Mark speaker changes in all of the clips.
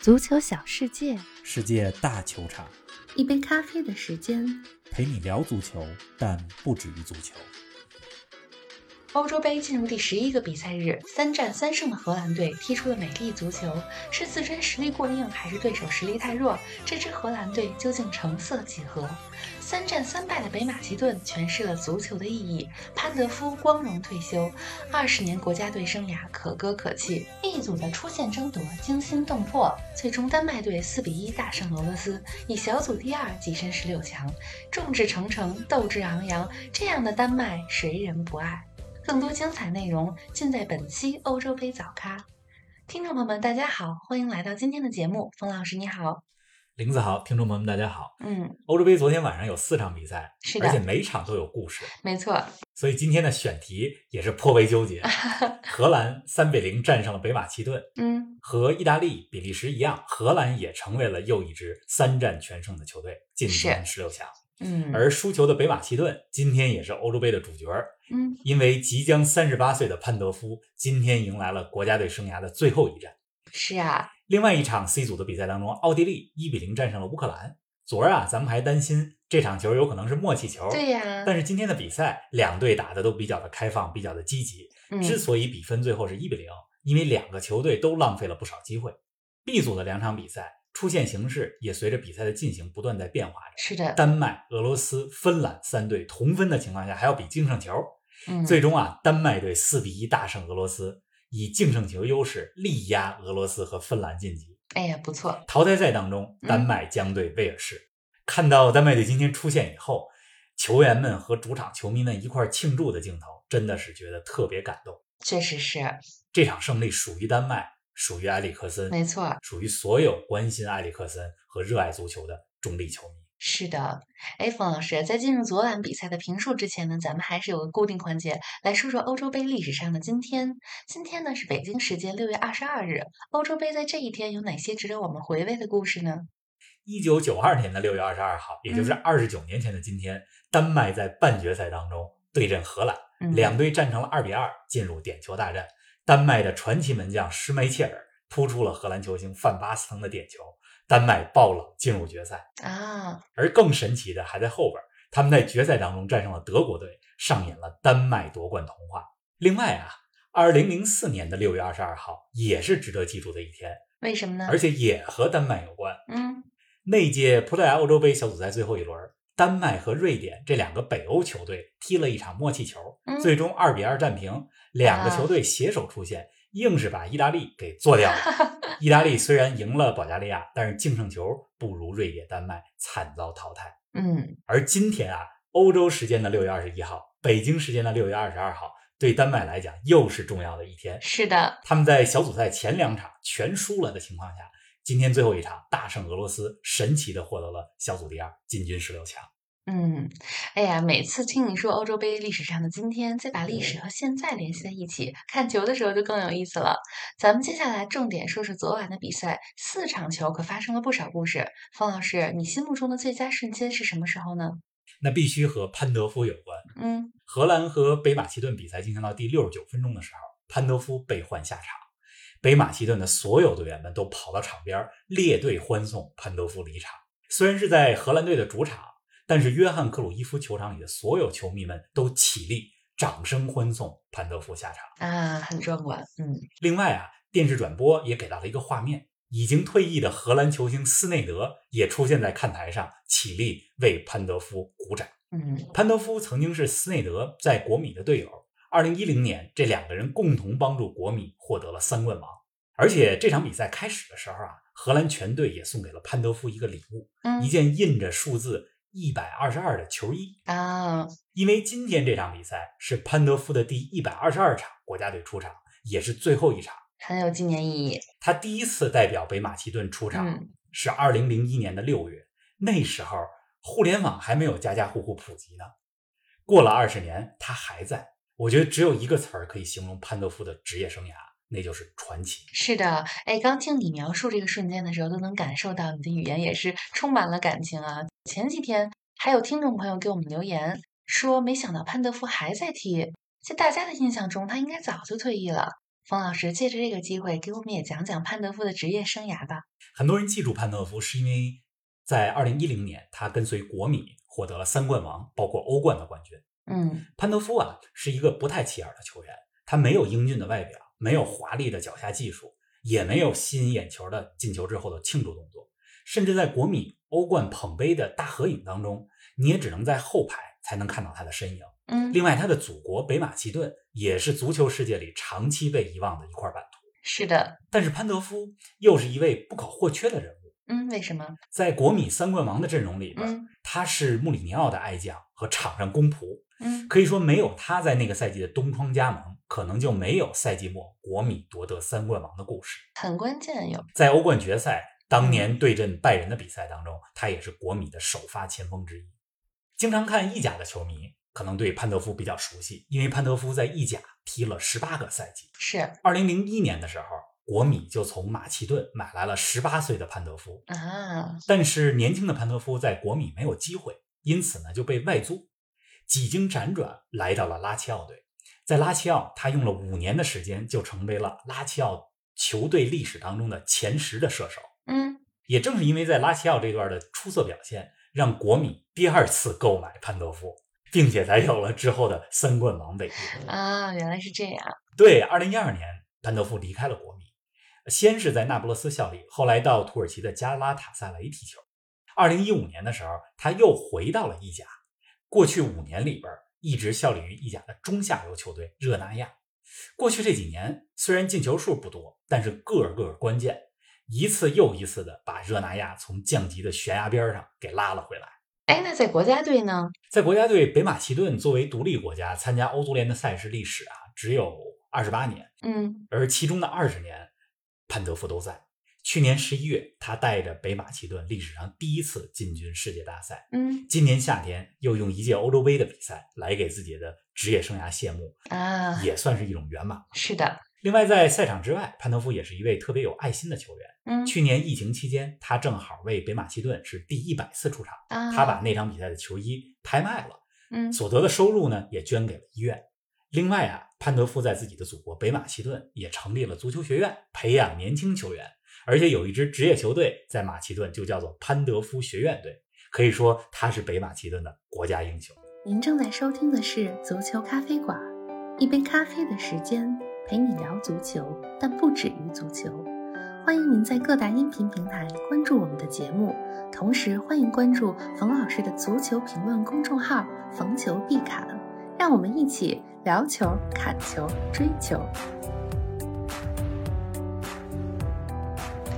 Speaker 1: 足球小世界，
Speaker 2: 世界大球场，
Speaker 1: 一杯咖啡的时间。
Speaker 2: 陪你聊足球，但不止于足球。
Speaker 3: 欧洲杯进入第十一个比赛日，三战三胜的荷兰队踢出了美丽足球。是自身实力过硬，还是对手实力太弱？这支荷兰队究竟成色几何？三战三败的北马其顿诠释了足球的意义。潘德夫光荣退休，二十年国家队生涯可歌可泣。一组的出线争夺惊心动魄，最终丹麦队四比一大胜俄罗斯，以小组第二跻身十六强。众志成城，斗志昂扬，这样的丹麦谁人不爱？更多精彩内容尽在本期欧洲杯早咖。听众朋友们，大家好，欢迎来到今天的节目。冯老师你好，
Speaker 2: 林子豪，听众朋友们，大家好。
Speaker 3: 嗯，
Speaker 2: 欧洲杯昨天晚上有四场比赛，
Speaker 3: 是的
Speaker 2: 而且每场都有故事，
Speaker 3: 没错，
Speaker 2: 所以今天的选题也是颇为纠 结。荷兰三比零战胜了北马其顿，
Speaker 3: 嗯，
Speaker 2: 和意大利、比利时一样，荷兰也成为了又一支三战全胜的球队，进入十六强。
Speaker 3: 嗯，
Speaker 2: 而输球的北马其顿今天也是欧洲杯的主角，
Speaker 3: 嗯，
Speaker 2: 因为即将三十八岁的潘德夫今天迎来了国家队生涯的最后一战。
Speaker 3: 是啊，
Speaker 2: 另外一场 C 组的比赛当中，奥地利一比零战胜了乌克兰。昨儿啊，咱们还担心这场球有可能是默契球，
Speaker 3: 对呀、
Speaker 2: 但是今天的比赛，两队打的都比较的开放，比较的积极。
Speaker 3: 嗯，
Speaker 2: 之所以比分最后是一比零，因为两个球队都浪费了不少机会。B 组的两场比赛出现形势也随着比赛的进行不断在变化着。
Speaker 3: 是的，
Speaker 2: 丹麦、俄罗斯、芬兰三队同分的情况下，还要比净胜球。
Speaker 3: 嗯，
Speaker 2: 最终啊，丹麦队四比一大胜俄罗斯，以净胜球优势力压俄罗斯和芬兰晋级。
Speaker 3: 哎呀，不错，
Speaker 2: 淘汰赛当中，
Speaker 3: 嗯
Speaker 2: 丹麦将对威尔士。看到丹麦队今天出现以后，球员们和主场球迷们一块儿庆祝的镜头，真的是觉得特别感动。
Speaker 3: 确实是
Speaker 2: 这场胜利属于丹麦，属于埃里克森，
Speaker 3: 没错，
Speaker 2: 属于所有关心埃里克森和热爱足球的中立球迷。
Speaker 3: 是的。哎，冯老师，在进入昨晚比赛的评述之前呢，咱们还是有个固定环节，来说说欧洲杯历史上的今天。今天呢是北京时间六月二十二日，欧洲杯在这一天有哪些值得我们回味的故事呢？
Speaker 2: 一九九二年的六月二十二号，也
Speaker 3: 嗯
Speaker 2: 就是二十九年前的今天，丹麦在半决赛当中对阵荷兰，
Speaker 3: 嗯，
Speaker 2: 两队战成了二比二，进入点球大战。丹麦的传奇门将施梅切尔扑出了荷兰球星范巴斯滕的点球，丹麦爆冷进入决赛。
Speaker 3: 啊，
Speaker 2: 而更神奇的还在后边儿，他们在决赛当中战胜了德国队，上演了丹麦夺冠童话。另外啊，二零零四年的六月二十二号也是值得记住的一天，
Speaker 3: 为什么呢？
Speaker 2: 而且也和丹麦有关。
Speaker 3: 嗯，
Speaker 2: 那届葡萄牙欧洲杯小组赛最后一轮，丹麦和瑞典这两个北欧球队踢了一场默契球，
Speaker 3: 嗯啊
Speaker 2: 最终二比二战平，两个球队携手出线，硬是把意大利给做掉了。 意大利虽然赢了保加利亚，但是净胜球不如瑞典、丹麦，惨遭淘汰。
Speaker 3: 嗯，
Speaker 2: 而今天啊，欧洲时间的六月二十一号，北京时间的六月二十二号，对丹麦来讲又是重要的一天。
Speaker 3: 是的，
Speaker 2: 他们在小组赛前两场全输了的情况下，今天最后一场大胜俄罗斯，神奇的获得了小组第二，进军十六强。
Speaker 3: 嗯，哎呀，每次听你说欧洲杯历史上的今天，再把历
Speaker 2: 嗯
Speaker 3: 史和现在联系在一起，看球的时候就更有意思了。咱们接下来重点说说昨晚的比赛，四场球可发生了不少故事。方老师，你心目中的最佳瞬间是什么时候呢？
Speaker 2: 那必须和潘德夫有关。
Speaker 3: 嗯，
Speaker 2: 荷兰和北马其顿比赛进行到第六十九分钟的时候，潘德夫被换下场，北马其顿的所有队员们都跑到场边儿列队欢送潘德夫离场。虽然是在荷兰队的主场，但是约翰克鲁伊夫球场里的所有球迷们都起立，掌声欢送潘德夫下场。
Speaker 3: 啊，很壮观。嗯，
Speaker 2: 另外啊，电视转播也给到了一个画面，已经退役的荷兰球星斯内德也出现在看台上，起立为潘德夫鼓掌。
Speaker 3: 嗯，
Speaker 2: 潘德夫曾经是斯内德在国米的队友。二零一零年，这两个人共同帮助国米获得了三冠王。而且这场比赛开始的时候啊，荷兰全队也送给了潘德夫一个礼物，
Speaker 3: 嗯
Speaker 2: 一件印着数字一百二十二的球衣。
Speaker 3: 啊，
Speaker 2: 因为今天这场比赛是潘德夫的第一百二十二场国家队出场，也是最后一场。
Speaker 3: 很有纪念意义。
Speaker 2: 他第一次代表北马其顿出场、
Speaker 3: 嗯，
Speaker 2: 是二零零一年的六月，那时候互联网还没有家家户户普及呢。过了二十年，他还在。我觉得只有一个词儿可以形容潘德夫的职业生涯，那就是传奇。
Speaker 3: 是的，哎，刚听你描述这个瞬间的时候，都能感受到你的语言也是充满了感情啊。前几天还有听众朋友给我们留言说，没想到潘德夫还在踢，在大家的印象中，他应该早就退役了。冯老师借着这个机会给我们也讲讲潘德夫的职业生涯吧。
Speaker 2: 很多人记住潘德夫是因为在二零一零年，他跟随国米获得了三冠王，包括欧冠的冠军。
Speaker 3: 嗯
Speaker 2: 潘德夫啊是一个不太起眼的球员，他没有英俊的外表，没有华丽的脚下技术，也没有吸引眼球的进球之后的庆祝动作，甚至在国米欧冠捧杯的大合影当中，你也只能在后排才能看到他的身影。
Speaker 3: 嗯，
Speaker 2: 另外，他的祖国北马其顿也是足球世界里长期被遗忘的一块版图。
Speaker 3: 是的，
Speaker 2: 但是潘德夫又是一位不可或缺的人物，
Speaker 3: 嗯，为什么？
Speaker 2: 在国米三冠王的阵容里边，
Speaker 3: 嗯
Speaker 2: 他是穆里尼奥的爱将和场上公仆。
Speaker 3: 嗯，
Speaker 2: 可以说，没有他在那个赛季的东窗加盟，可能就没有赛季末国米夺得三冠王的故事。
Speaker 3: 很关键有，
Speaker 2: 在欧冠决赛当年对阵拜仁的比赛当中，他也是国米的首发前锋之一。经常看意甲的球迷可能对潘德夫比较熟悉，因为潘德夫在意甲踢了十八个赛季。
Speaker 3: 是
Speaker 2: 二零零一年的时候，国米就从马其顿买来了十八岁的潘德夫，
Speaker 3: 啊，
Speaker 2: 但是年轻的潘德夫在国米没有机会，因此呢就被外租，几经辗转来到了拉齐奥队。在拉齐奥，他用了五年的时间就成为了拉齐奥球队历史当中的前十的射手。
Speaker 3: 嗯，
Speaker 2: 也正是因为在拉齐奥这段的出色表现，让国米第二次购买潘德夫，并且才有了之后的三冠王伟业。
Speaker 3: 啊，原来是这样，
Speaker 2: 对，二零一二年，潘德夫离开了国米，先是在那不勒斯效力，后来到土耳其的加拉塔萨雷踢球。二零一五年的时候，他又回到了意甲。过去五年里边，一直效力于意甲的中下游球队热那亚。过去这几年，虽然进球数不多，但是个个关键，一次又一次的把热那亚从降级的悬崖边上给拉了回来。
Speaker 3: 哎，那在国家队呢？
Speaker 2: 在国家队北马其顿作为独立国家参加欧足联的赛事历史啊，只有二十八年。
Speaker 3: 嗯，
Speaker 2: 而其中的二十年，潘德夫都在。去年十一月，他带着北马其顿历史上第一次进军世界大赛。
Speaker 3: 嗯
Speaker 2: 今年夏天，又用一届欧洲杯的比赛来给自己的职业生涯谢幕，
Speaker 3: 啊，
Speaker 2: 也算是一种圆满。
Speaker 3: 是的，
Speaker 2: 另外，在赛场之外，潘德夫也是一位特别有爱心的球员。
Speaker 3: 嗯，
Speaker 2: 去年疫情期间，他正好为北马其顿是第一百次出场，
Speaker 3: 啊，
Speaker 2: 他把那场比赛的球衣拍卖了。
Speaker 3: 嗯
Speaker 2: 所得的收入呢也捐给了医院。另外啊，潘德夫在自己的祖国北马其顿也成立了足球学院，培养年轻球员，而且有一支职业球队在马其顿就叫做潘德夫学院队，可以说他是北马其顿的国家英雄。
Speaker 1: 您正在收听的是《足球咖啡馆》，一杯咖啡的时间陪你聊足球，但不止于足球。欢迎您在各大音频平台关注我们的节目，同时欢迎关注冯老师的足球评论公众号“冯球必侃”，让我们一起聊球、砍球、追球。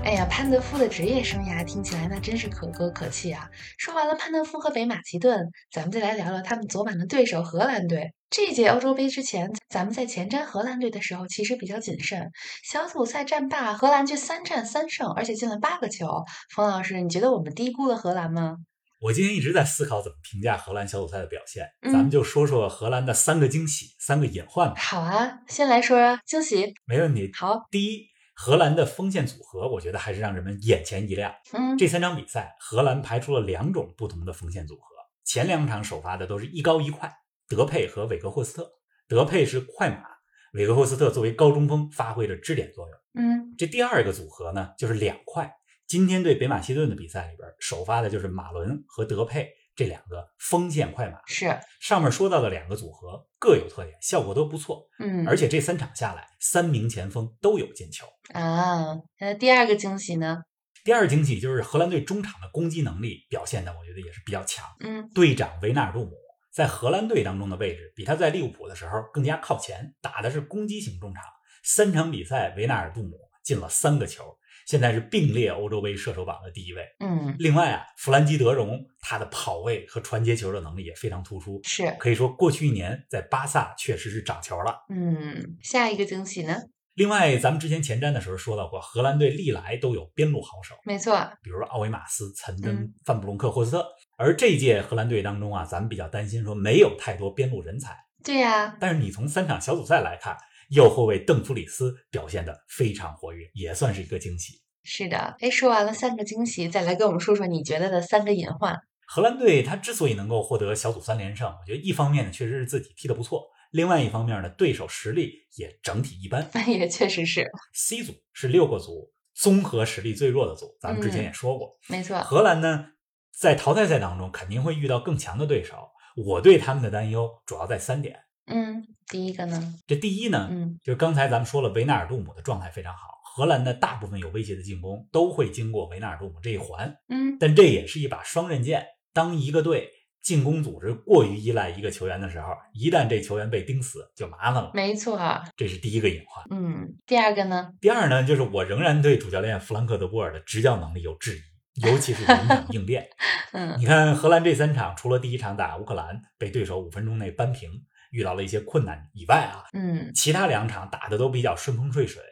Speaker 3: 哎呀，潘德夫的职业生涯听起来那真是可歌可泣啊！说完了潘德夫和北马其顿，咱们再来聊聊他们昨晚的对手荷兰队。这一届欧洲杯之前，咱们在前瞻荷兰队的时候其实比较谨慎。小组赛战罢，荷兰却三战三胜，而且进了八个球。冯老师，你觉得我们低估了荷兰吗？
Speaker 2: 我今天一直在思考怎么评价荷兰小组赛的表现，
Speaker 3: 嗯
Speaker 2: 咱们就说说荷兰的三个惊喜、三个隐患吧。
Speaker 3: 好啊，先来说惊喜。
Speaker 2: 没问题。
Speaker 3: 好，
Speaker 2: 第一，荷兰的锋线组合，我觉得还是让人们眼前一亮。
Speaker 3: 嗯，
Speaker 2: 这三场比赛，荷兰排出了两种不同的锋线组合。前两场首发的都是一高一快，德佩和韦格霍斯特。德佩是快马，韦格霍斯特作为高中锋发挥着支点作用。
Speaker 3: 嗯
Speaker 2: 这第二个组合呢，就是两快。今天对北马其顿的比赛里边，首发的就是马伦和德佩这两个锋线快马。
Speaker 3: 是，
Speaker 2: 上面说到的两个组合各有特点，效果都不错，
Speaker 3: 嗯，
Speaker 2: 而且这三场下来，三名前锋都有进球。
Speaker 3: 啊，那第二个惊喜呢？
Speaker 2: 第二惊喜就是荷兰队中场的攻击能力表现的，我觉得也是比较强。
Speaker 3: 嗯
Speaker 2: 队长维纳尔杜姆在荷兰队当中的位置比他在利物浦的时候更加靠前，打的是攻击型中场。三场比赛，维纳尔杜姆进了三个球，现在是并列欧洲杯射手榜的第一位。
Speaker 3: 嗯，
Speaker 2: 另外啊，弗兰基德容他的跑位和传接球的能力也非常突出，
Speaker 3: 是，
Speaker 2: 可以说过去一年在巴萨确实是长球了。
Speaker 3: 嗯，下一个惊喜呢？
Speaker 2: 另外，咱们之前前瞻的时候说到过，荷兰队历来都有边路好手。
Speaker 3: 没错，
Speaker 2: 比如说奥维马斯、岑
Speaker 3: 嗯
Speaker 2: 根、范布隆克、霍斯特。而这一届荷兰队当中啊，咱们比较担心说没有太多边路人才，
Speaker 3: 对呀、
Speaker 2: 但是你从三场小组赛来看，右后卫邓弗里斯表现得非常活跃，也算是一个惊喜。
Speaker 3: 是的。哎，说完了三个惊喜，再来跟我们说说你觉得的三个隐患。
Speaker 2: 荷兰队他之所以能够获得小组三连胜，我觉得一方面呢确实是自己踢得不错，另外一方面呢，对手实力也整体一般。
Speaker 3: 也确实是
Speaker 2: C 组是六个组综合实力最弱的组，咱们之前也说过。
Speaker 3: 没错。
Speaker 2: 荷兰呢，在淘汰赛当中肯定会遇到更强的对手。我对他们的担忧主要在三点。
Speaker 3: 嗯，第一个呢，
Speaker 2: 这第一呢，
Speaker 3: 嗯
Speaker 2: 就是刚才咱们说了，维纳尔杜姆的状态非常好。荷兰的大部分有威胁的进攻都会经过维纳尔杜姆这一环，
Speaker 3: 嗯，
Speaker 2: 但这也是一把双刃剑。当一个队进攻组织过于依赖一个球员的时候，一旦这球员被盯死，就麻烦了。
Speaker 3: 没错。
Speaker 2: 这是第一个隐患。
Speaker 3: 嗯，第二个呢，
Speaker 2: 第二呢，就是我仍然对主教练弗兰克·德波尔的执教能力有质疑，尤其是临场应变。
Speaker 3: 嗯
Speaker 2: 你看荷兰这三场，除了第一场打乌克兰被对手五分钟内扳平，遇到了一些困难以外啊，
Speaker 3: 嗯，
Speaker 2: 其他两场打的都比较顺风顺水。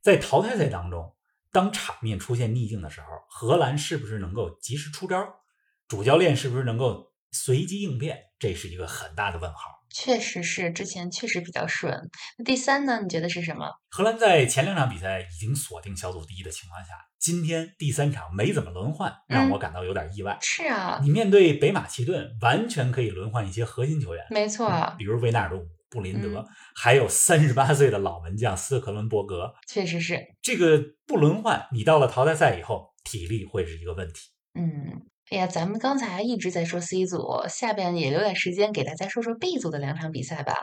Speaker 2: 在淘汰赛当中，当场面出现逆境的时候，荷兰是不是能够及时出招？主教练是不是能够随机应变？这是一个很大的问号。
Speaker 3: 确实是，之前确实比较顺。那第三呢，你觉得是什么？
Speaker 2: 荷兰在前两场比赛已经锁定小组第一的情况下，今天第三场没怎么轮换，让
Speaker 3: 嗯
Speaker 2: 我感到有点意外。
Speaker 3: 是啊，
Speaker 2: 你面对北马其顿，完全可以轮换一些核心球员，
Speaker 3: 没错，
Speaker 2: 比如维纳尔杜姆、布林德，
Speaker 3: 嗯
Speaker 2: 还有三十八岁的老门将斯克伦伯格。
Speaker 3: 确实是。
Speaker 2: 这个不轮换，你到了淘汰赛以后，体力会是一个问题。
Speaker 3: 嗯，哎呀，咱们刚才一直在说 C 组，下边也留点时间给大家说说 B 组的两场比赛吧。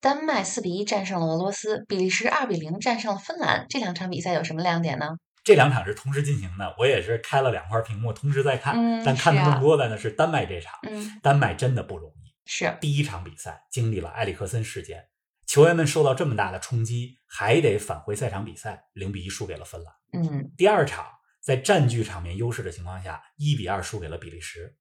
Speaker 3: 丹麦四比一战胜了俄罗斯，比利时二比零战胜了芬兰。这两场比赛有什么亮点呢？
Speaker 2: 这两场是同时进行的，我也是开了两块屏幕同时在看，
Speaker 3: 嗯
Speaker 2: 但看的
Speaker 3: 是啊
Speaker 2: 更多的呢是丹麦这场。
Speaker 3: 嗯，
Speaker 2: 丹麦真的不容易。
Speaker 3: 是，
Speaker 2: 第一场比赛经历了埃里克森事件，球员们受到这么大的冲击，还得返回赛场比赛，零比一输给了芬兰。
Speaker 3: 嗯，
Speaker 2: 第二场在占据场面优势的情况下，一比二输给了比利时。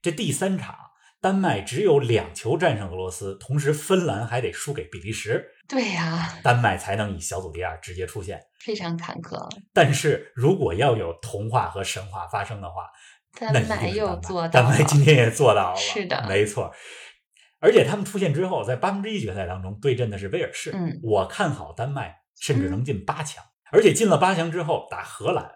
Speaker 2: 这第三场，丹麦只有两球战胜俄罗斯，同时芬兰还得输给比利时，
Speaker 3: 对呀，
Speaker 2: 丹麦才能以小组第二直接出线。
Speaker 3: 非常坎坷。
Speaker 2: 但是如果要有童话和神话发生的话，
Speaker 3: 丹
Speaker 2: 那一定
Speaker 3: 麦
Speaker 2: 是
Speaker 3: 又
Speaker 2: 丹
Speaker 3: 做到
Speaker 2: 丹麦
Speaker 3: 了，
Speaker 2: 今天也做到了，
Speaker 3: 是的
Speaker 2: 没错。而且他们出现之后，在八分之一决赛当中对阵的是威尔士，
Speaker 3: 嗯
Speaker 2: 我看好丹麦甚至能进八强，而且进了八强之后打荷兰，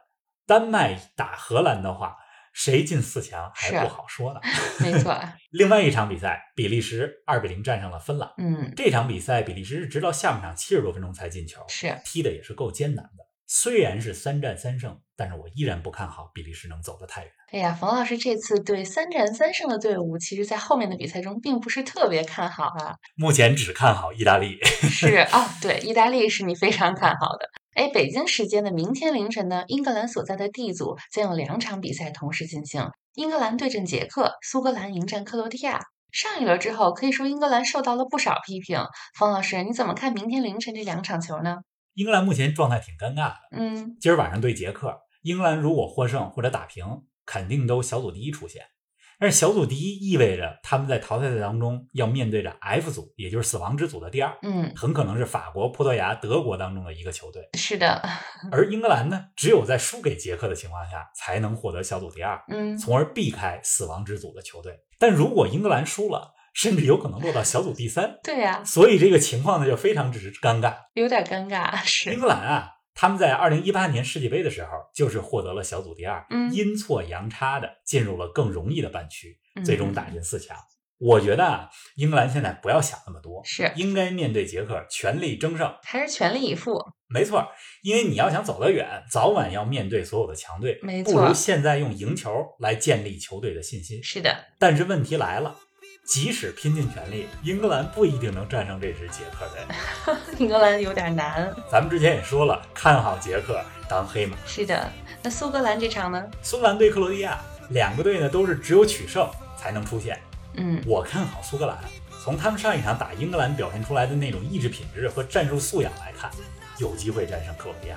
Speaker 2: 丹麦打荷兰的话，谁进四强
Speaker 3: 是
Speaker 2: 还不好说呢。
Speaker 3: 没错，
Speaker 2: 另外一场比赛，比利时二比零战胜了芬兰，
Speaker 3: 嗯，
Speaker 2: 这场比赛比利时是直到下半场七十多分钟才进球，
Speaker 3: 是，
Speaker 2: 踢的也是够艰难的。虽然是三战三胜，但是我依然不看好比利时能走得太远。
Speaker 3: 哎呀，冯老师这次对三战三胜的队伍，其实在后面的比赛中并不是特别看好啊。
Speaker 2: 目前只看好意大利。
Speaker 3: 是哦，对，意大利是你非常看好的。哎，北京时间的明天凌晨呢，英格兰所在的 D 组将有两场比赛同时进行，英格兰对阵捷克，苏格兰迎战克罗地亚。上一轮之后，可以说英格兰受到了不少批评。方老师，你怎么看明天凌晨这两场球呢？
Speaker 2: 英格兰目前状态挺尴尬的，
Speaker 3: 嗯，
Speaker 2: 今儿晚上对捷克，英格兰如果获胜或者打平，肯定都小组第一出线。但是小组第一意味着他们在淘汰赛当中要面对着 F 组，也就是死亡之组的第二，
Speaker 3: 嗯，
Speaker 2: 很可能是法国、葡萄牙、德国当中的一个球队。
Speaker 3: 是的，
Speaker 2: 而英格兰呢，只有在输给捷克的情况下，才能获得小组第二，
Speaker 3: 嗯，
Speaker 2: 从而避开死亡之组的球队。但如果英格兰输了，甚至有可能落到小组第三，
Speaker 3: 对呀、
Speaker 2: 所以这个情况呢就非常之尴尬。
Speaker 3: 有点尴尬，
Speaker 2: 英
Speaker 3: 是，
Speaker 2: 格兰啊，他们在二零一八年世界杯的时候，就是获得了小组第二，
Speaker 3: 嗯
Speaker 2: 阴错阳差的进入了更容易的半区，
Speaker 3: 嗯
Speaker 2: 最终打进四强。我觉得啊，英格兰现在不要想那么多，
Speaker 3: 是，
Speaker 2: 应该面对捷克全力争胜。
Speaker 3: 还是全力以赴，
Speaker 2: 没错儿，因为你要想走得远，早晚要面对所有的强队。
Speaker 3: 没
Speaker 2: 不
Speaker 3: 错
Speaker 2: 如现在用赢球来建立球队的信心。
Speaker 3: 是的，
Speaker 2: 但是问题来了，即使拼尽全力，英格兰不一定能战胜这支捷克队。
Speaker 3: 英格兰有点难，
Speaker 2: 咱们之前也说了，看好捷克当黑马。
Speaker 3: 是的。那苏格兰这场呢？
Speaker 2: 苏格兰对克罗地亚，两个队呢都是只有取胜才能出线。
Speaker 3: 嗯，
Speaker 2: 我看好苏格兰，从他们上一场打英格兰表现出来的那种意志品质和战术素养来看，有机会战胜克罗地亚。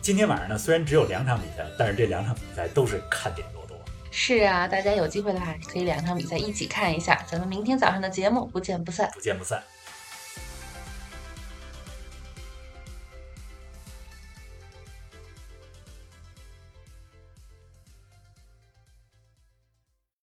Speaker 2: 今天晚上呢，虽然只有两场比赛，但是这两场比赛都是看点多多。
Speaker 3: 是啊，大家有机会的话可以两场比赛一起看一下。咱们明天早上的节目不见不散。
Speaker 2: 不见不散。